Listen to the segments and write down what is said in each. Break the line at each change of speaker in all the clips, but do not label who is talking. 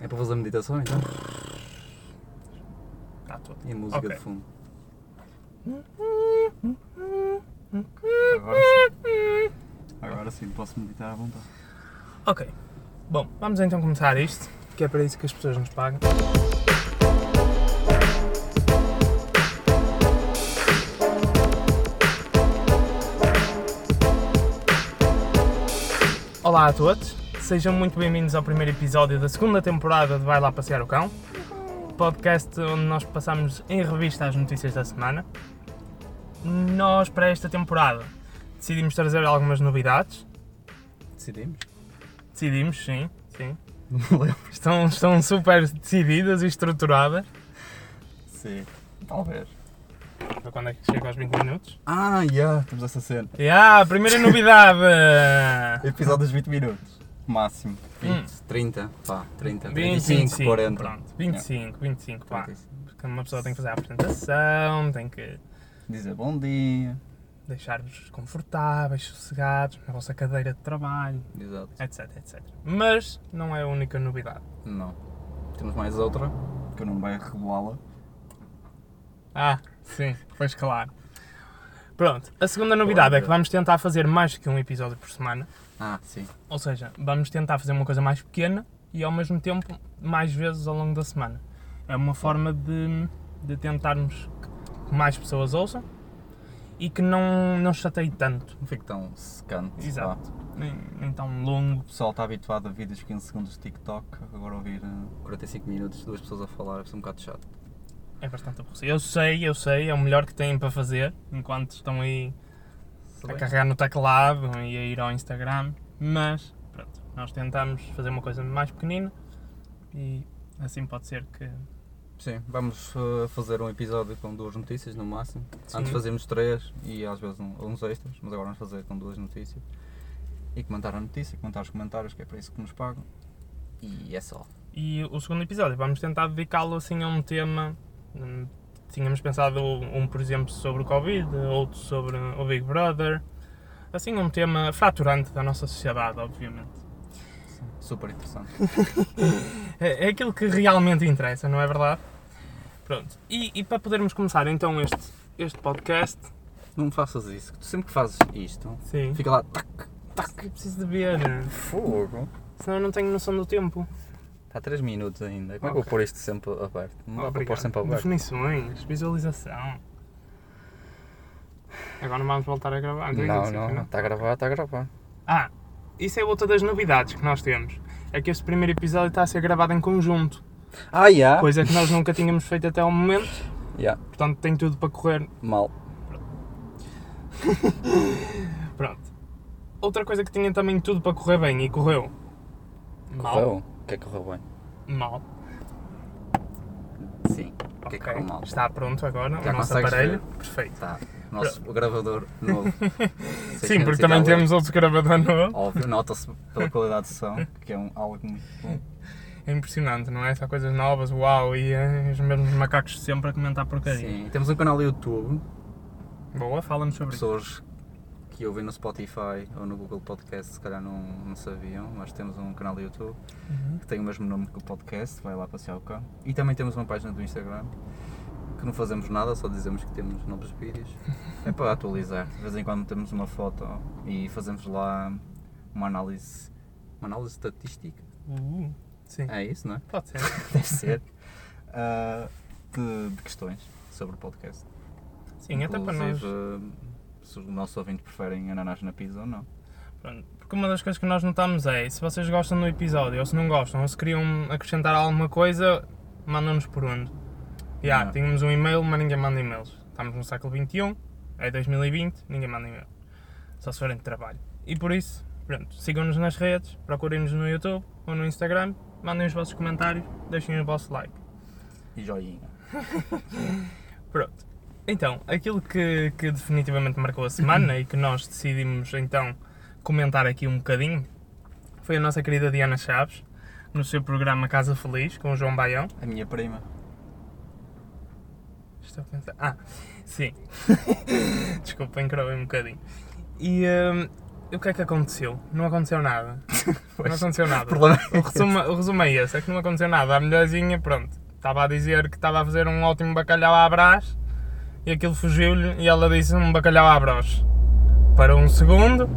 É para fazer meditação então?
Está tudo.
E a música
Ok.
de fundo.
Agora sim.
Agora sim, posso meditar à vontade.
Ok. Bom, vamos então começar isto, que é para isso que as pessoas nos pagam. Olá a todos, sejam muito bem-vindos ao primeiro episódio da segunda temporada de Vai Lá Passear o Cão, podcast onde nós passamos em revista as notícias da semana. Nós, para esta temporada, decidimos trazer algumas novidades,
Decidimos?
Decidimos, sim, sim.
Não me lembro.
Estão, estão super decididas e estruturadas.
Sim. Talvez.
Para quando é que chega aos 20 minutos?
Ah, já, temos essa cena.
E ah, a primeira novidade!
Episódio dos 20 minutos. Máximo.
Hum.
20, 30, pá, 30,
25,
25, 40.
Pronto,
É.
25, 25, pá.
45.
Porque uma pessoa tem que fazer a apresentação, tem que
Dizer bom dia.
deixar-vos confortáveis, sossegados, na vossa cadeira de trabalho,
Exato.
etc, etc. Mas não é a única novidade.
Não. Temos mais outra. Que eu não vai revelá-la.
Ah, sim, pois claro. Pronto, a segunda novidade é que vamos tentar fazer mais que um episódio por semana.
Ah, sim.
Ou seja, vamos tentar fazer uma coisa mais pequena e ao mesmo tempo mais vezes ao longo da semana. É uma forma de, de tentarmos que mais pessoas ouçam e que não, não chateie tanto,
Não fico tão secante.
Exato.
pá.
nem, nem tão longo.
O pessoal está habituado a vídeos de 15 segundos de TikTok, agora ouvir. eh,
45 minutos, duas pessoas a falar, é um bocado chato.
É bastante aborrecido. Eu sei, eu sei, é o melhor que têm para fazer enquanto estão aí
Tá
a carregar no teclado e a ir ao Instagram, mas pronto, nós tentamos fazer uma coisa mais pequenina e assim pode ser que
Sim, vamos eh, fazer um episódio com duas notícias no máximo.
Sim.
Antes fazíamos três e às vezes um- uns extras, mas agora vamos fazer com duas notícias. E comentar a notícia, comentar os comentários, que é para isso que nos pagam. E é só.
E o segundo episódio, vamos tentar dedicá-lo assim a um tema. Hum, Tínhamos pensado um, por exemplo, sobre o Covid, outro sobre o Big Brother. Assim, um tema fraturante da nossa sociedade, obviamente.
Super interessante.
É, é aquilo que realmente interessa, não é verdade? Pronto. E, e para podermos começar então este, este podcast.
Não faças isso, que tu sempre que fazes isto,
Sim.
fica lá, tac,
Eu
tac,
tá preciso de ver,
fogo.
senão eu não tenho noção do tempo.
Está 3 minutos ainda. Como é que eu vou
Ok.
pôr isto sempre aberto? Não dá para
Obrigado.
pôr sempre aberto.
Definições, visualização. Agora não vamos voltar a gravar. diga
Não,
isso,
não, não. Está a gravar, está a gravar.
Ah, isso é outra das novidades que nós temos. É que este primeiro episódio está a ser gravado em conjunto,
Ah, já?
coisa que nós nunca tínhamos feito até ao momento,
Já,
portanto tem tudo para correr.
mal.
Pronto. Outra coisa que tinha também tudo para correr bem e correu.
Correu? O que é que correu bem?
Mal.
Sim. O que é que
Ok.
correu mal?
Está pronto agora
Já
o nosso
consegues
aparelho. Perfeito.
Tá, o nosso gravador novo.
Sim, porque também temos outro gravador novo.
Óbvio, nota-se pela qualidade de som, que é um, algo muito bom.
É impressionante, não é? Só coisas novas, uau, e eh, os mesmos macacos sempre a comentar porcaria.
Sim, temos um canal no YouTube,
Boa, fala-nos sobre isso.
pessoas que ouvem no Spotify ou no Google Podcast se calhar não, não sabiam, mas temos um canal no YouTube
Uhum.
que tem o mesmo nome que o podcast, vai lá passear o cão. E também temos uma página do Instagram que não fazemos nada, só dizemos que temos novos vídeos. É para atualizar. De vez em quando temos uma foto e fazemos lá uma análise. Uma análise estatística?
Uh, sim,
É isso, não é?
pode ser.
Deve ser. Ah, de, de questões sobre o podcast.
Sim, até para nós.
Inclusive, ah, se os nossos ouvintes preferem ananás na pizza ou não.
Pronto, Porque uma das coisas que nós notamos é, se vocês gostam do episódio ou se não gostam, ou se queriam acrescentar alguma coisa, mandam-nos por onde. Já,
Não.
tínhamos um e-mail, mas ninguém manda e-mails. Estamos no século XXI, é 2020, ninguém manda e-mail. Só se forem de trabalho. E por isso, pronto, sigam-nos nas redes, procurem-nos no YouTube ou no Instagram, mandem os vossos comentários, deixem o vosso like.
E joinha.
Pronto. Então, aquilo que, que definitivamente marcou a semana e que nós decidimos então comentar aqui um bocadinho foi a nossa querida Diana Chaves no seu programa Casa Feliz com o João Baião.
A minha prima.
Estou a pensar. Ah, sim. Desculpa, encrovei um bocadinho. E hum, o que é que aconteceu? Não aconteceu nada.
Pois.
Não aconteceu
O
nada.
problema é
O resumo, o resumo é esse, é que não aconteceu nada. A mulherzinha, pronto, estava a dizer que estava a fazer um ótimo bacalhau à brás e aquilo fugiu-lhe e ela disse um bacalhau à brás. Para um segundo,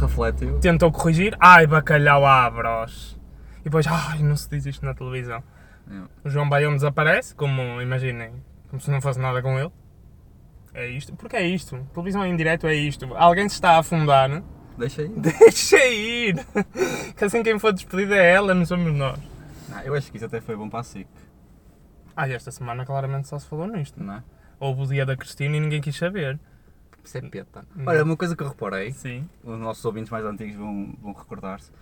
refletiu.
tentou corrigir, ai bacalhau à brás. E depois, ai, não se diz isto na televisão.
Yeah.
O João Baião desaparece, como imaginem, como se não fosse nada com ele. É isto, porque é isto. Televisão em direto é isto. Alguém se está a afundar, né?
Deixa aí.
deixa ir! Que assim quem for despedida é ela, não somos nós.
Ah, eu acho que isso até foi bom para a SIC.
Ah, e esta semana claramente só se falou nisto.
Não é?
Houve o dia da Cristina e ninguém quis saber.
Isso é peta.
Não.
Olha, uma coisa que eu reparei,
Sim.
os nossos ouvintes mais antigos vão, vão recordar-se.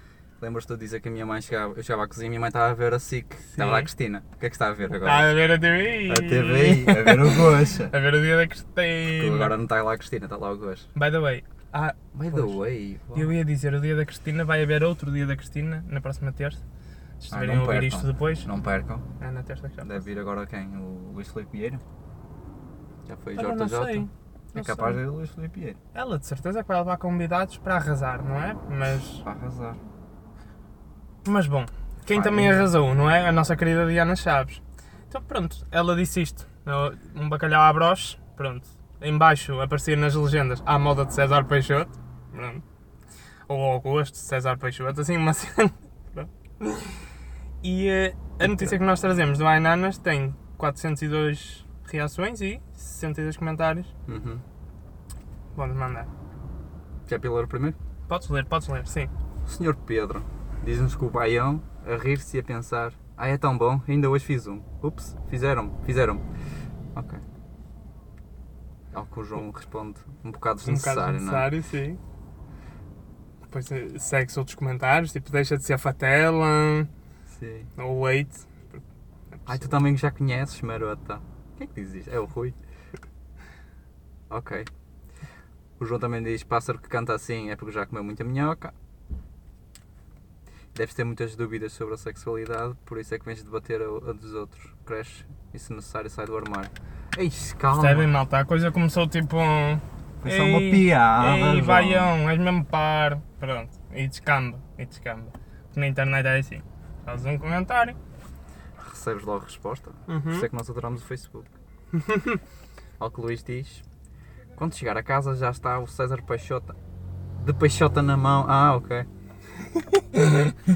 Lembras-te de eu dizer que a minha mãe chegava, eu chegava à cozinha e a minha mãe estava a ver a SIC. Estava lá a Cristina. O que é que está a ver
Está
agora?
Tá a ver a TVI.
a TVI, a ver o Goxa.
A ver o dia da
Porque
Cristina.
agora não está lá a Cristina, está lá o Goxa.
By the way, ah,
By the
Pois.
way, uau.
eu ia dizer, o dia da Cristina vai haver outro dia da Cristina na próxima terça. Se
Ah,
estiverem a
não
ouvir
percam.
isto depois,
não percam.
é na terça que já
Deve vir agora quem? O Luís Felipe Vieira? Já foi
Olha, não sei.
JJ? É
Não
capaz de
sei.
ir o Luís Felipe Vieira.
Ela de certeza que vai levar convidados para arrasar, não é? Mas,
Para arrasar.
mas bom, quem
Vai.
também arrasou, não é? A nossa querida Diana Chaves. Então pronto, ela disse isto. Um bacalhau à broche, pronto. Embaixo aparecia nas legendas à moda de César Peixoto, pronto. Ou ao gosto de César Peixoto, assim uma cena. pronto. E eh, a notícia que nós trazemos do Ainanas tem 402 reações e 62 comentários.
Uhum.
Vamos mandar.
Quer pilar o primeiro?
Podes ler, podes ler, sim.
O senhor Pedro diz-nos que o baião, a rir-se e a pensar: Ah, é tão bom, ainda hoje fiz um. Ups, fizeram, fizeram. Ok. Ao que o João responde um bocado desnecessário, não é?
necessário, sim. Depois eh, segue-se outros comentários, tipo deixa de ser fatela,
Sim.
ou é wait.
Ai, tu tá também já conheces, marota. Quem é que diz isto? É o Rui. Ok. O João também diz: pássaro que canta assim é porque já comeu muita minhoca. Deves ter muitas dúvidas sobre a sexualidade, por isso é que vens debater a, a dos outros. Cresce e, se necessário, sai do armário. Ei, calma.
Percebem, malta? A coisa começou tipo. um,
Foi só uma
Ei,
Ah,
piada.
Ei,
João.
vaião, és mesmo par. Pronto, e descamba, e descamba. Porque na internet é assim. Fazes um comentário.
Recebes logo resposta. Por
Uhum. Hum?
isso é que nós adoramos o Facebook. Ao que o Luís diz: Quando chegar a casa já está o César Peixota. De Peixota na mão. Ah, ok.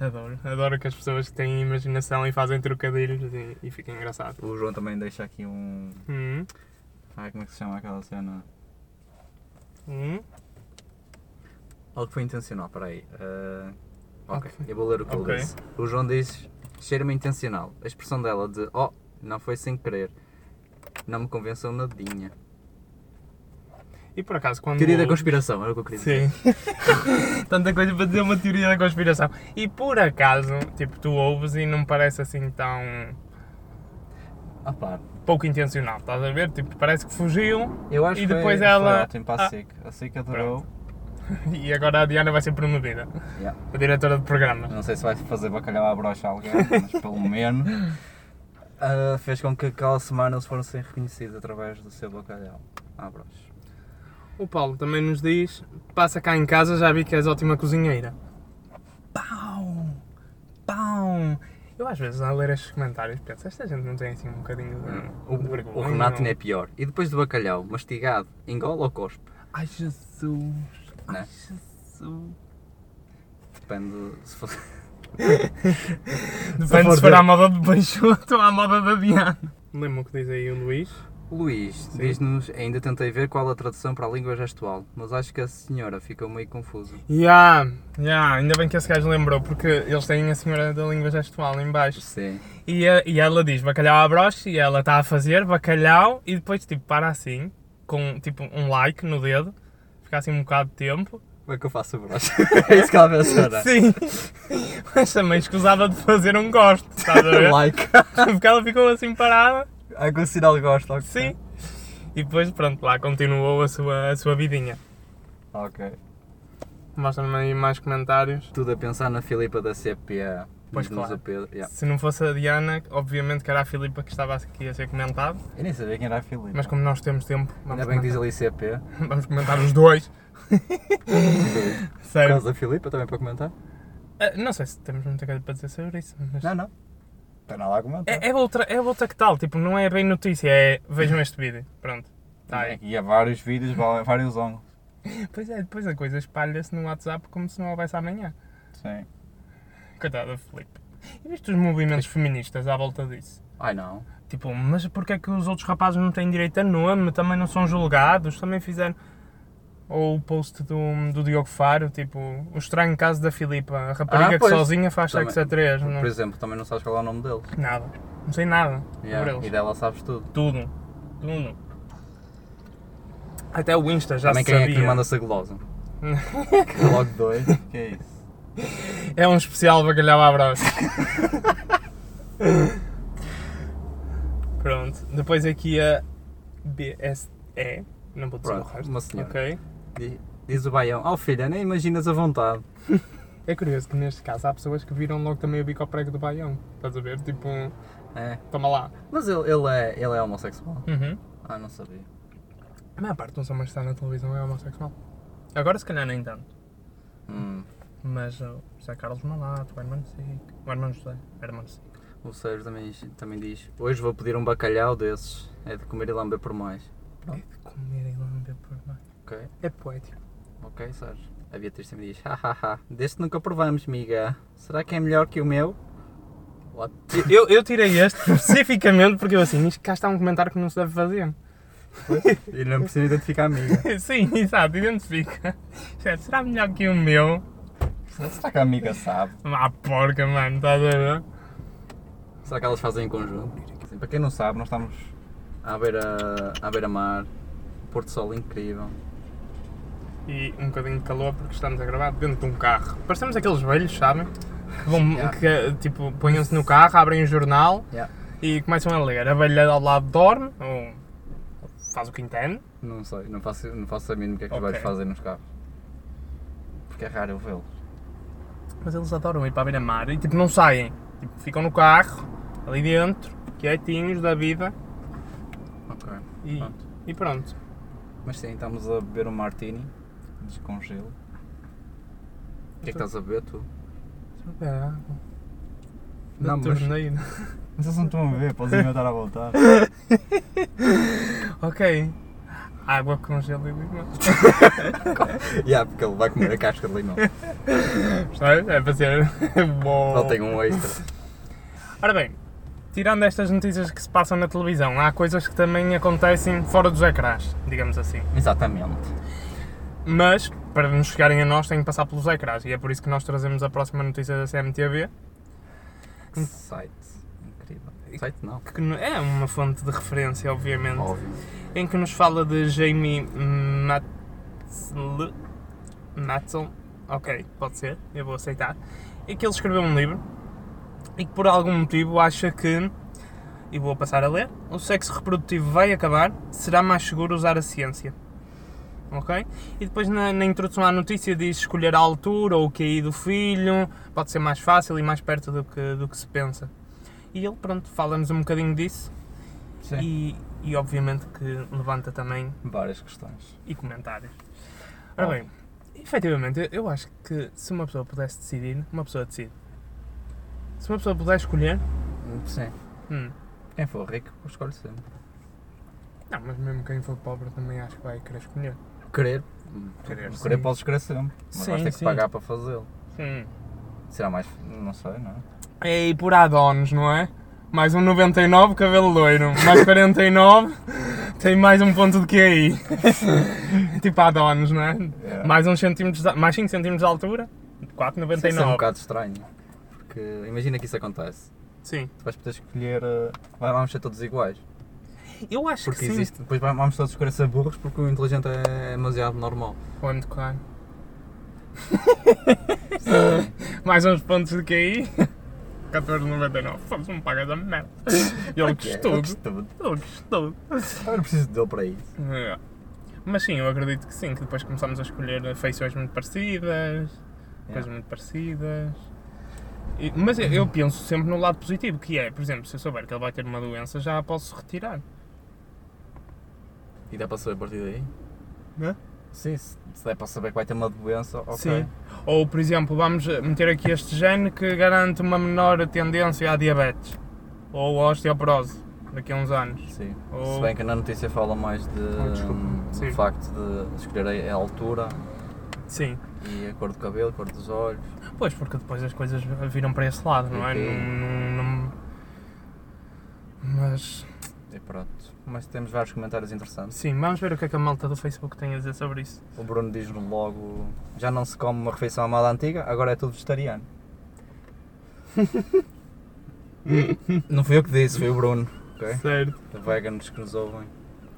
Adoro, adoro que as pessoas que têm imaginação e fazem trocadilhos e, e fica engraçado.
O João também deixa aqui um.
Hum,
Ai, como é que se chama aquela cena?
hum.
Algo que foi intencional, peraí. Ah, ok,
Ok.
eu vou ler o que
Ok.
ele disse. O João diz: cheira-me intencional. A expressão dela de oh, não foi sem querer. Não me convenceu nadinha.
E por acaso, quando.
Teoria da conspiração, era o que eu queria dizer.
Sim. Tanta coisa para dizer uma teoria da conspiração. E por acaso, tipo, tu ouves e não parece assim tão
Ah, pá.
pouco intencional, estás a ver? Tipo, parece que fugiu
Eu acho
E
que foi-
depois
foi,
ela-
ótimo para
Ah.
a SIC. A SIC adorou.
e agora a Diana vai ser promovida.
Yeah.
A diretora de programas.
Não sei se vai fazer bacalhau à brocha a alguém, mas pelo menos.
Ah, fez com que aquela semana eles foram ser reconhecidos através do seu bacalhau. Ah, broche.
O Paulo também nos diz: passa cá em casa, já vi que és ótima cozinheira. Pau! Pau! Eu às vezes a ler estes comentários penso, esta gente não tem assim um bocadinho de.
O,
de
o
vergonha,
Renato
não?
ainda é pior. E depois do bacalhau, mastigado, engola ou cospe?
Ai Jesus!
Né?
Ai Jesus!
Depende se for.
Depende
for
se for
de-
à moda de Peixoto ou à moda da Diana. Lembra o que diz aí o Luís?
Luís, diz-nos, ainda tentei ver qual a tradução para a língua gestual, mas acho que a senhora ficou meio confusa.
Ya, ya, ainda bem que esse gajo lembrou, porque eles têm a senhora da língua gestual em baixo.
Sim.
E, a- e ela diz bacalhau à broche, e ela está a fazer bacalhau, e depois tipo para assim, com tipo um like no dedo, fica assim um bocado de tempo.
Como é que eu faço a brocha? é isso que ela pensou, não é?
Sim, mas também escusava de fazer um gosto, estás a ver?
Like.
Porque ela ficou assim parada,
Há que o sinal assim gosta. ok.
sim. E depois, pronto, lá continuou a sua, a sua vidinha.
Ok.
Mostra-me aí mais comentários.
Tudo a pensar na Filipa da CPA.
Pois
diz-nos
claro.
o Pedro. Yeah.
Se não fosse a Diana, obviamente que era a Filipa que estava aqui a ser comentado,
Eu nem sabia quem era a Filipe.
mas como nós temos tempo, vamos,
Ainda bem que diz
comentar,
ali CP.
vamos comentar os dois.
Por
Sério.
causa da Filipa também para comentar?
Ah, não sei se temos muita coisa para dizer sobre isso, mas.
Não, não.
Está na Lagoa.
É, é, outra, é outra que tal, tipo, não é bem notícia, é vejam este vídeo. Pronto. Tá aí.
E há vários vídeos, vá- vários ângulos.
Pois é, depois a coisa espalha-se no WhatsApp como se não houvesse amanhã.
Sim.
Coitada, Filipe. E viste os movimentos feministas à volta disso?
Ai não.
Tipo, mas porquê é que os outros rapazes não têm direito a nome? Também não são julgados? Também fizeram. Ou o post do, do Diogo Faro, tipo, o estranho caso da Filipa, a rapariga
Ah,
que
pois.
sozinha faz
Também.
sexo a três. Não,
Por exemplo, também não sabes qual é o nome deles.
nada. Não sei nada
Yeah,
sobre
E
eles.
dela sabes tudo.
Tudo. Tudo. Até o Insta já
também
se
quem é
sabia.
que lhe manda essa gulosa? Logo dois.
Que é isso?
É um especial bacalhau à brasa. Pronto. Depois aqui a BSE. Não vou dizer o
Pronto,
resto.
uma senhora.
Ok.
Di- Diz o Baião, oh filha, nem imaginas a vontade.
É curioso que neste caso há pessoas que viram logo também o bico ao prego do baião. Estás a ver? Tipo,
É.
toma lá.
Mas ele, ele é, ele é homossexual.
Uhum.
Ah, não sabia.
A maior parte não são mais está na televisão é homossexual. Agora se calhar nem tanto.
Hum,
Mas ó, o José Carlos Malato, o Hermano Sico. O Hermano José. Hermano Sico.
o Sérgio também, também diz, hoje vou pedir um bacalhau desses. É de comer e lamber por mais.
É de comer e lamber por mais.
Ok,
É poético.
ok Sérgio. A Beatriz também diz, hahaha, deste nunca provamos, miga. Será que é melhor que o meu? What?
Eu, eu tirei este especificamente porque eu assim, isto cá está um comentário que não se deve fazer.
E não precisa identificar a miga.
Sim, exato, identifica. Certo, será melhor que o meu?
Será que a amiga sabe?
Uma porca, mano, estás a ver?
Será que elas fazem em conjunto?
Sim, para quem não sabe, nós estamos
À beira, à beira mar, Porto Sol incrível.
E um bocadinho de calor porque estamos a gravar dentro de um carro. Parecemos aqueles velhos, sabem? Que, vão,
Yeah.
que tipo, ponham-se no carro, abrem o jornal
Yeah.
e começam a ler. A velha ao lado dorme, ou faz o quintano.
Não sei, não faço, não faço a mínima o que é que os
Ok.
velhos fazem nos carros. Porque é raro eu vê-los.
Mas eles adoram ir para a beira-mar e tipo não saem. Tipo, ficam no carro, ali dentro, quietinhos da vida
Ok.
e
Pronto.
e pronto.
Mas sim, estamos a beber um martini.
descongelo.
O que é que estás a beber tu?
Da
Não, mas-
torneira.
Mas eles não estão a ver, podes inventar a voltar.
Ok. Água com gelo e limão.
yeah, porque ele vai comer a casca de limão.
Percebes? É para ser. Uou.
Só tem um extra.
Ora bem, tirando estas notícias que se passam na televisão, há coisas que também acontecem fora dos ecrãs, digamos assim.
Exatamente.
Mas, para nos chegarem a nós, têm que passar pelos ecrãs. E é por isso que nós trazemos a próxima notícia da CMTV,
Que site incrível. Site não.
que n- é uma fonte de referência, obviamente,
Óbvio.
em que nos fala de Jamie Matsel. Matsel? Ok, pode ser, eu vou aceitar. E que ele escreveu um livro e que por algum motivo acha que, e vou passar a ler, o sexo reprodutivo vai acabar, será mais seguro usar a ciência. Ok? E depois na, na introdução à notícia diz escolher a altura ou o QI do filho, pode ser mais fácil e mais perto do que, do que se pensa. E ele, pronto, fala-nos um bocadinho disso
Sim.
e, e obviamente que levanta também
Várias questões.
e comentários. Ora bem, efetivamente, eu- eu acho que se uma pessoa pudesse decidir, uma pessoa decide. Se uma pessoa pudesse escolher,
Sim.
hum,
Quem for rico, eu escolho sempre.
não, mas mesmo quem for pobre também acho que vai querer escolher.
Querer.
Querer,
Querer
sim.
podes escolher sempre. Mas vais
Sim,
ter que
sim.
pagar para fazê-lo.
Hum.
Será mais.
Não sei, não é?
É ir por add-ons, não é? Mais um 99, cabelo loiro. Mais 49, tem mais um ponto de QI. tipo add-ons, não é?
um
É.
Mais, uns centímetros de- mais 5 cm de altura,
Isso é um
4,99.
bocado estranho. Porque imagina que isso acontece.
Sim.
Tu vais poder escolher. eh, vai- Vamos ser todos iguais.
Eu acho
Porque
que sim.
existe. Depois vai- vamos todos escolher ser burros porque o inteligente é demasiado normal.
Onde, claro.
É,
Mais uns pontos de QI. 14,99. Fomos um paga da merda. Ele
Ok,
gostou.
eu gosto de tudo.
Ele gostou.
Eu não preciso dele para isso.
É. Mas sim, eu acredito que sim, que depois começámos a escolher feições muito parecidas, coisas muito parecidas. E- mas eu, eu penso sempre no lado positivo, que é, por exemplo, se eu souber que ele vai ter uma doença, já a posso retirar.
E dá para saber a partir daí?
Hã?
Sim, se se der para saber que vai ter uma doença, ok.
Sim. Ou, por exemplo, vamos meter aqui este gene que garante uma menor tendência à diabetes ou à osteoporose daqui a uns anos.
Sim.
Ou-
Se bem que na notícia fala mais de,
Ah, desculpa.
hum,
Sim.
do facto de escolher a a altura
Sim.
e a cor do cabelo, a cor dos olhos.
Pois, porque depois as coisas viram para esse lado, não é?
Ok.
Não- não- não- Mas,
E pronto. Mas temos vários comentários interessantes.
sim, vamos ver o que é que a malta do Facebook tem a dizer sobre isso.
O Bruno diz-nos logo: já não se come uma refeição à moda antiga, agora é tudo vegetariano. não fui eu que disse, foi o Bruno. ok?
Certo.
Veganos que nos ouvem.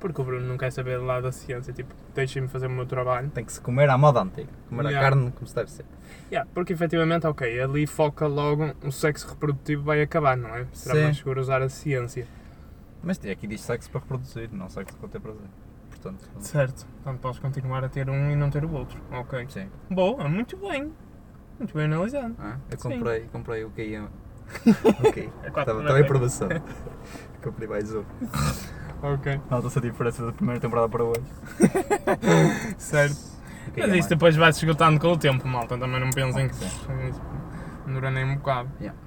Porque o Bruno não quer saber do lado da ciência, tipo, deixem-me fazer o meu trabalho.
Tem que se comer à moda antiga. Comer
Yeah.
a carne como se deve ser.
Yeah, porque efetivamente, ok, ali foca logo, o sexo reprodutivo vai acabar, não é? Será
Sim.
mais seguro usar a ciência.
Mas tem- aqui diz sexo para reproduzir, não sexo para ter prazer. Portanto,
Certo. Então posso continuar a ter um e não ter o outro. Ok.
sim.
Boa, muito bem. Muito bem analisado.
Ah, eu
Sim.
comprei, comprei o que ia. ok.
É
Estava estava
na
em
frente.
produção. comprei mais um.
Ok.
Nota-se a diferença da primeira temporada para hoje.
Certo.
O que
Mas
ia
isso
mais?
depois vai-se esgotando com o tempo, malta. Também não pensem que
Sim.
isso não dura nem um bocado.
Yeah.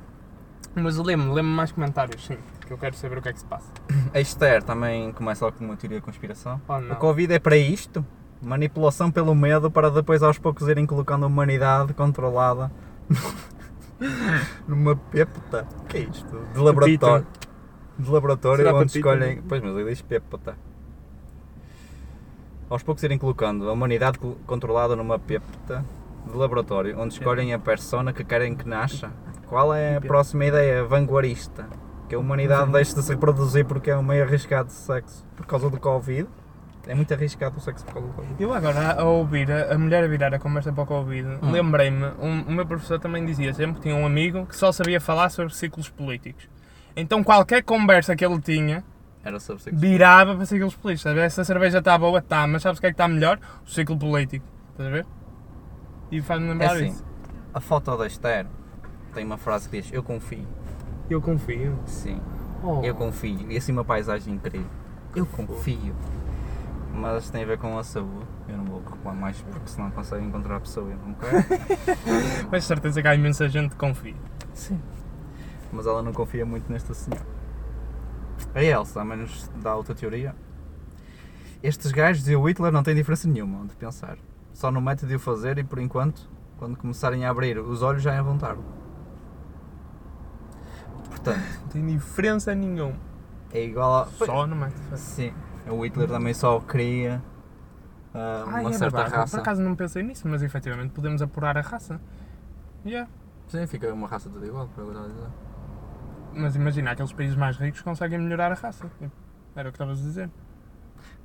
Mas lembro-me, lembro-me mais comentários, sim. Que eu quero saber o que é que se passa.
A Esther também começa logo com uma teoria da conspiração.
Oh,
A
não.
Covid é para isto? Manipulação pelo medo para depois aos poucos irem colocando a humanidade controlada numa pépita. O que é isto? De laboratório. De laboratório
Será
onde
pepita?
escolhem. Pois, mas ele diz pépita. Aos poucos irem colocando a humanidade co- controlada numa pépita de laboratório onde escolhem a persona que querem que nasça. Qual é a próxima ideia vanguardista? Que a humanidade deixe de se reproduzir porque é um meio arriscado de sexo por causa do Covid. É muito arriscado o sexo por causa do Covid.
Eu agora, a ouvir, a a mulher a virar a conversa para o Covid,
Hum.
lembrei-me, um- o meu professor também dizia sempre que tinha um amigo que só sabia falar sobre ciclos políticos. Então qualquer conversa que ele tinha,
Era sobre sexo.
virava para ciclos políticos. Sabe? Essa cerveja está boa, está, mas sabes o que é que está melhor? O ciclo político. Estás a ver? E faz-me
É
lembrar
assim,
disso.
a foto da Esther tem uma frase que diz: Eu confio.
Eu confio.
Sim,
Oh.
eu confio. E assim uma paisagem incrível. Eu confio. Mas tem a ver com a saúde. Eu não vou reclamar mais porque senão consigo encontrar a pessoa e eu não quero.
Mas de certeza que há imensa gente que confia.
Sim. Mas ela não confia muito nesta senhora. A Elsa, a menos dá outra teoria. Estes gajos e o Hitler não têm diferença nenhuma de pensar. Só no método de o fazer e por enquanto, quando começarem a abrir os olhos já é inventar. Portanto,
Não tem diferença nenhuma.
é igual a.
Só no Max.
Sim, o Hitler também só cria ah, uma certa
é Por
raça.
acaso não pensei nisso, mas efetivamente podemos apurar a raça. Yeah.
Sim, fica uma raça toda igual, para agora dizer.
Mas imagina, aqueles países mais ricos conseguem melhorar a raça. Tipo, Era o que estavas a dizer.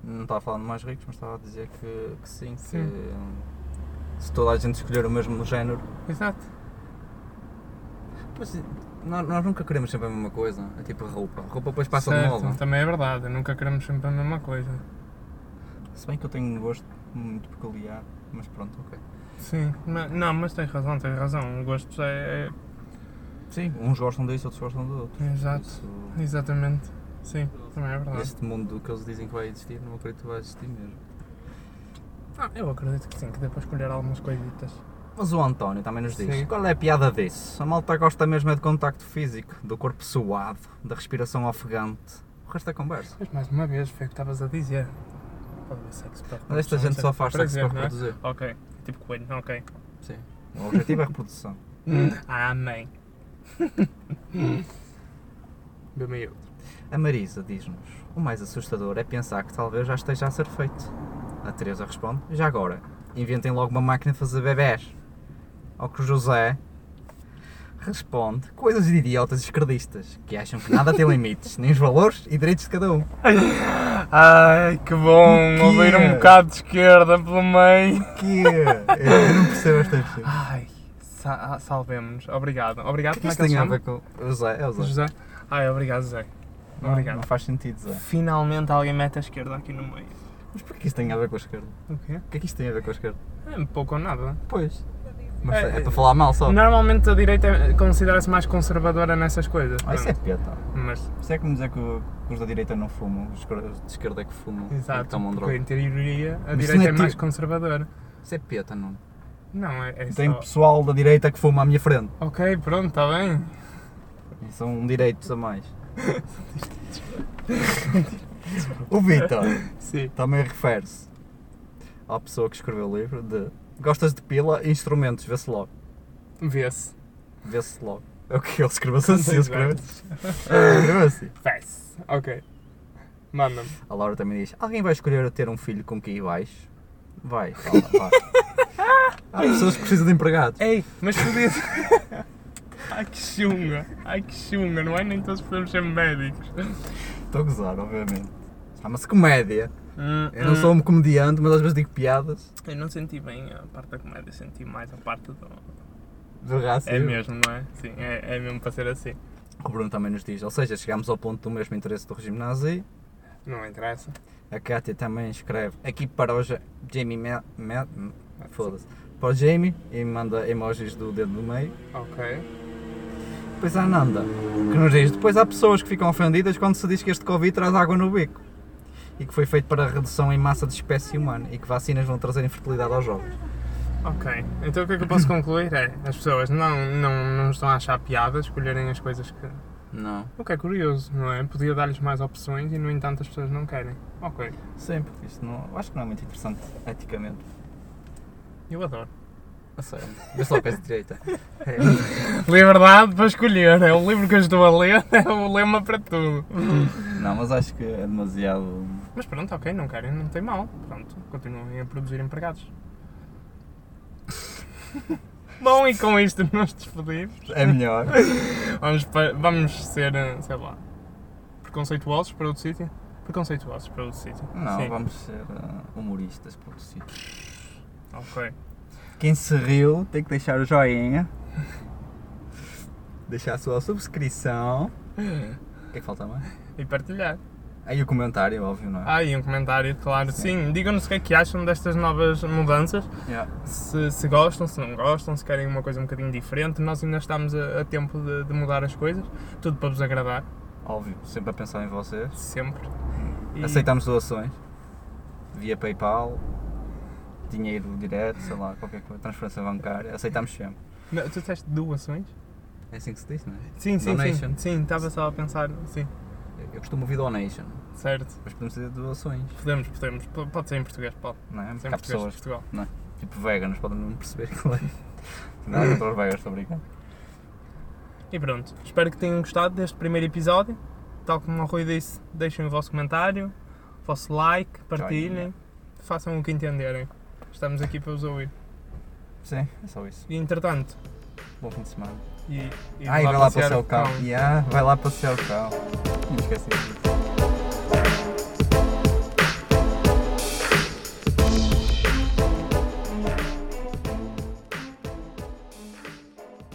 Não estava falando de mais ricos, mas estava a dizer que, que sim, que
Sim.
hum, se toda a gente escolher o mesmo género.
Exato.
Mas nós, nós nunca queremos sempre a mesma coisa, é tipo roupa. Roupa depois passa de
Certo,
moda.
Também é verdade. Nunca queremos sempre a mesma coisa.
Se bem que eu tenho um gosto muito peculiar, mas pronto, ok.
Sim. Mas, não, mas tens razão, tens razão. O gosto é, é
Sim, uns gostam disso, outros gostam do outro.
Exato.
Isso-
Exatamente. Sim, também é verdade.
este mundo que eles dizem que vai existir, não acredito que vai existir mesmo.
Ah, eu acredito que sim, que dê para escolher algumas coisitas.
Mas o António também nos diz:
Sim.
qual é a piada disso? A malta gosta mesmo é de contacto físico, do corpo suado, da respiração ofegante. O resto é conversa.
Mas mais uma vez, foi o que estavas a dizer. Pode haver sexo para
Mas esta
reprodução,
gente só faz sexo
prazer,
para
não é?
reproduzir.
Ok, tipo coelho, ok. Ah,
Sim. O objetivo é a reprodução.
Hum. Amém. Bem eu.
A Marisa diz-nos: o mais assustador é pensar que talvez já esteja a ser feito. A Teresa responde: já agora, inventem logo uma máquina de fazer bebés. Ao que o José responde: coisas de idiotas esquerdistas que acham que nada tem limites, nem os valores e direitos de cada um.
Ai, que bom!
Que
Ouvir um
é?
bocado de esquerda pelo meio.
Que? é, Eu não percebo esta pessoa.
Ai, sa salvemos-nos. Obrigado. Obrigado,
O que é que
como é
isto
que ele
tem
se
a
chama?
ver com. O Zé, é o Zé.
José? Ai, obrigado, José.
Não,
Obrigado.
Não faz sentido, Zé.
Finalmente alguém mete a esquerda aqui no meio.
Mas porquê que isto tem a ver com a esquerda?
O quê?
O que é que isto tem a ver com a esquerda?
É pouco ou nada.
Pois. Mas
É,
é,
é-
para falar mal só.
Normalmente a direita é- considera-se mais conservadora nessas coisas.
Ah, isso é
pronto.
peta.
Mas,
Se é que me dizer que, que os da direita não fumam, os esquer-
Os de esquerda é que fumam. é que
exato,
tomam
porque
droga.
em teoria a
Mas isso
direita
não
é
é
mais
ti-
conservadora.
Isso é peta, não.
Não, é, é
Tem
só...
pessoal da direita que fuma à minha frente.
Ok, pronto, está bem.
São direitos a mais. o Vitor
Sim.
também refere-se à pessoa que escreveu o livro de Gostas de pila e instrumentos, vê-se logo.
Vê-se.
Vê-se logo. É o que ele escreveu assim, ele escreveu
Exato.
escreveu assim.
Vê-se. Ok. Manda-me.
A Laura também diz, alguém vai escolher ter um filho com QI baixo? Vai, fala, vai. Há pessoas que precisam de empregados.
Ei, mas podia. Ai que chunga, ai que chunga, não é? Nem todos podemos ser médicos.
Estou a gozar, obviamente. Chama-se comédia.
Hum,
Eu não sou um comediante, mas às vezes digo piadas
Eu não senti bem a parte da comédia, senti mais a parte do.
do racismo.
É mesmo, não é? Sim, é, é mesmo para ser assim.
O Bruno também nos diz, ou seja, chegámos ao ponto do mesmo interesse do regime nazi.
Não interessa.
A Kátia também escreve aqui para o Ja- Jamie Mel... Mel Foda-se. Para o Jamie e manda emojis do dedo do meio.
Ok.
Depois há a Nanda, que nos diz, depois há pessoas que ficam ofendidas quando se diz que este Covid traz água no bico. E que foi feito para a redução em massa de espécie humana e que vacinas vão trazer infertilidade aos jovens.
Ok. Então o que é que eu posso concluir? É, as pessoas não, não, não estão a achar piada escolherem as coisas que.
Não.
O que é curioso, não é? Podia dar-lhes mais opções e no entanto as pessoas não querem. Ok.
Sim, porque isto não. eu Acho que não é muito interessante eticamente.
Eu adoro.
A sério. Vê só que é de direita. É.
Liberdade para escolher. É o livro que eu estou a ler, é o lema para tudo.
Não, mas acho que é demasiado.
Mas pronto, ok, não querem, não tem mal. Pronto, continuem a produzir empregados. Bom, e com isto nos despedimos.
É melhor.
Vamos, pa- vamos ser, eh, sei lá, preconceituosos para outro sítio? Preconceituosos para outro sítio.
Não,
Sim.
vamos ser ah,
eh,
humoristas para o
assim
sítio.
Ok.
Quem se riu tem que deixar o joinha.
Deixar a sua subscrição. O que é que falta mais?
E partilhar.
Aí o comentário, óbvio, não é?
Ah, e um comentário, claro. Sim, digam-nos o que é que acham destas novas mudanças.
Yeah.
se, se gostam, se não gostam, se querem uma coisa um bocadinho diferente, nós ainda estamos a, a tempo de, de mudar as coisas, tudo para vos agradar,
Óbvio, sempre a pensar em vocês.
sempre. E-
Aceitamos doações.
Via PayPal, dinheiro direto, sei lá, qualquer coisa, transferência bancária, aceitamos sempre.
Não, tu disseste doações?
É assim que se diz, não é?
Sim, sim, sim.
Donation.
Sim, estava só a pensar, sim,
Eu costumo ouvir donation,
certo.
mas podemos dizer doações,
Podemos, podemos, P- pode ser em português, pode.
não é?
Pode
Porque
ser em
há pessoas,
português de Portugal.
tipo veganas, podem não perceber que lei. Não, contra os veganos, estou a brincar.
E pronto, espero que tenham gostado deste primeiro episódio. Tal como o Rui disse, deixem o vosso comentário, o vosso like, partilhem, façam o que entenderem. Estamos aqui para vos ouvir.
Sim, é só isso.
E entretanto,
Bom fim de semana.
e, e
Ai, Tá vai lá passear o então.
cão.
carro. Yeah, vai lá passear o carro. Não esqueci.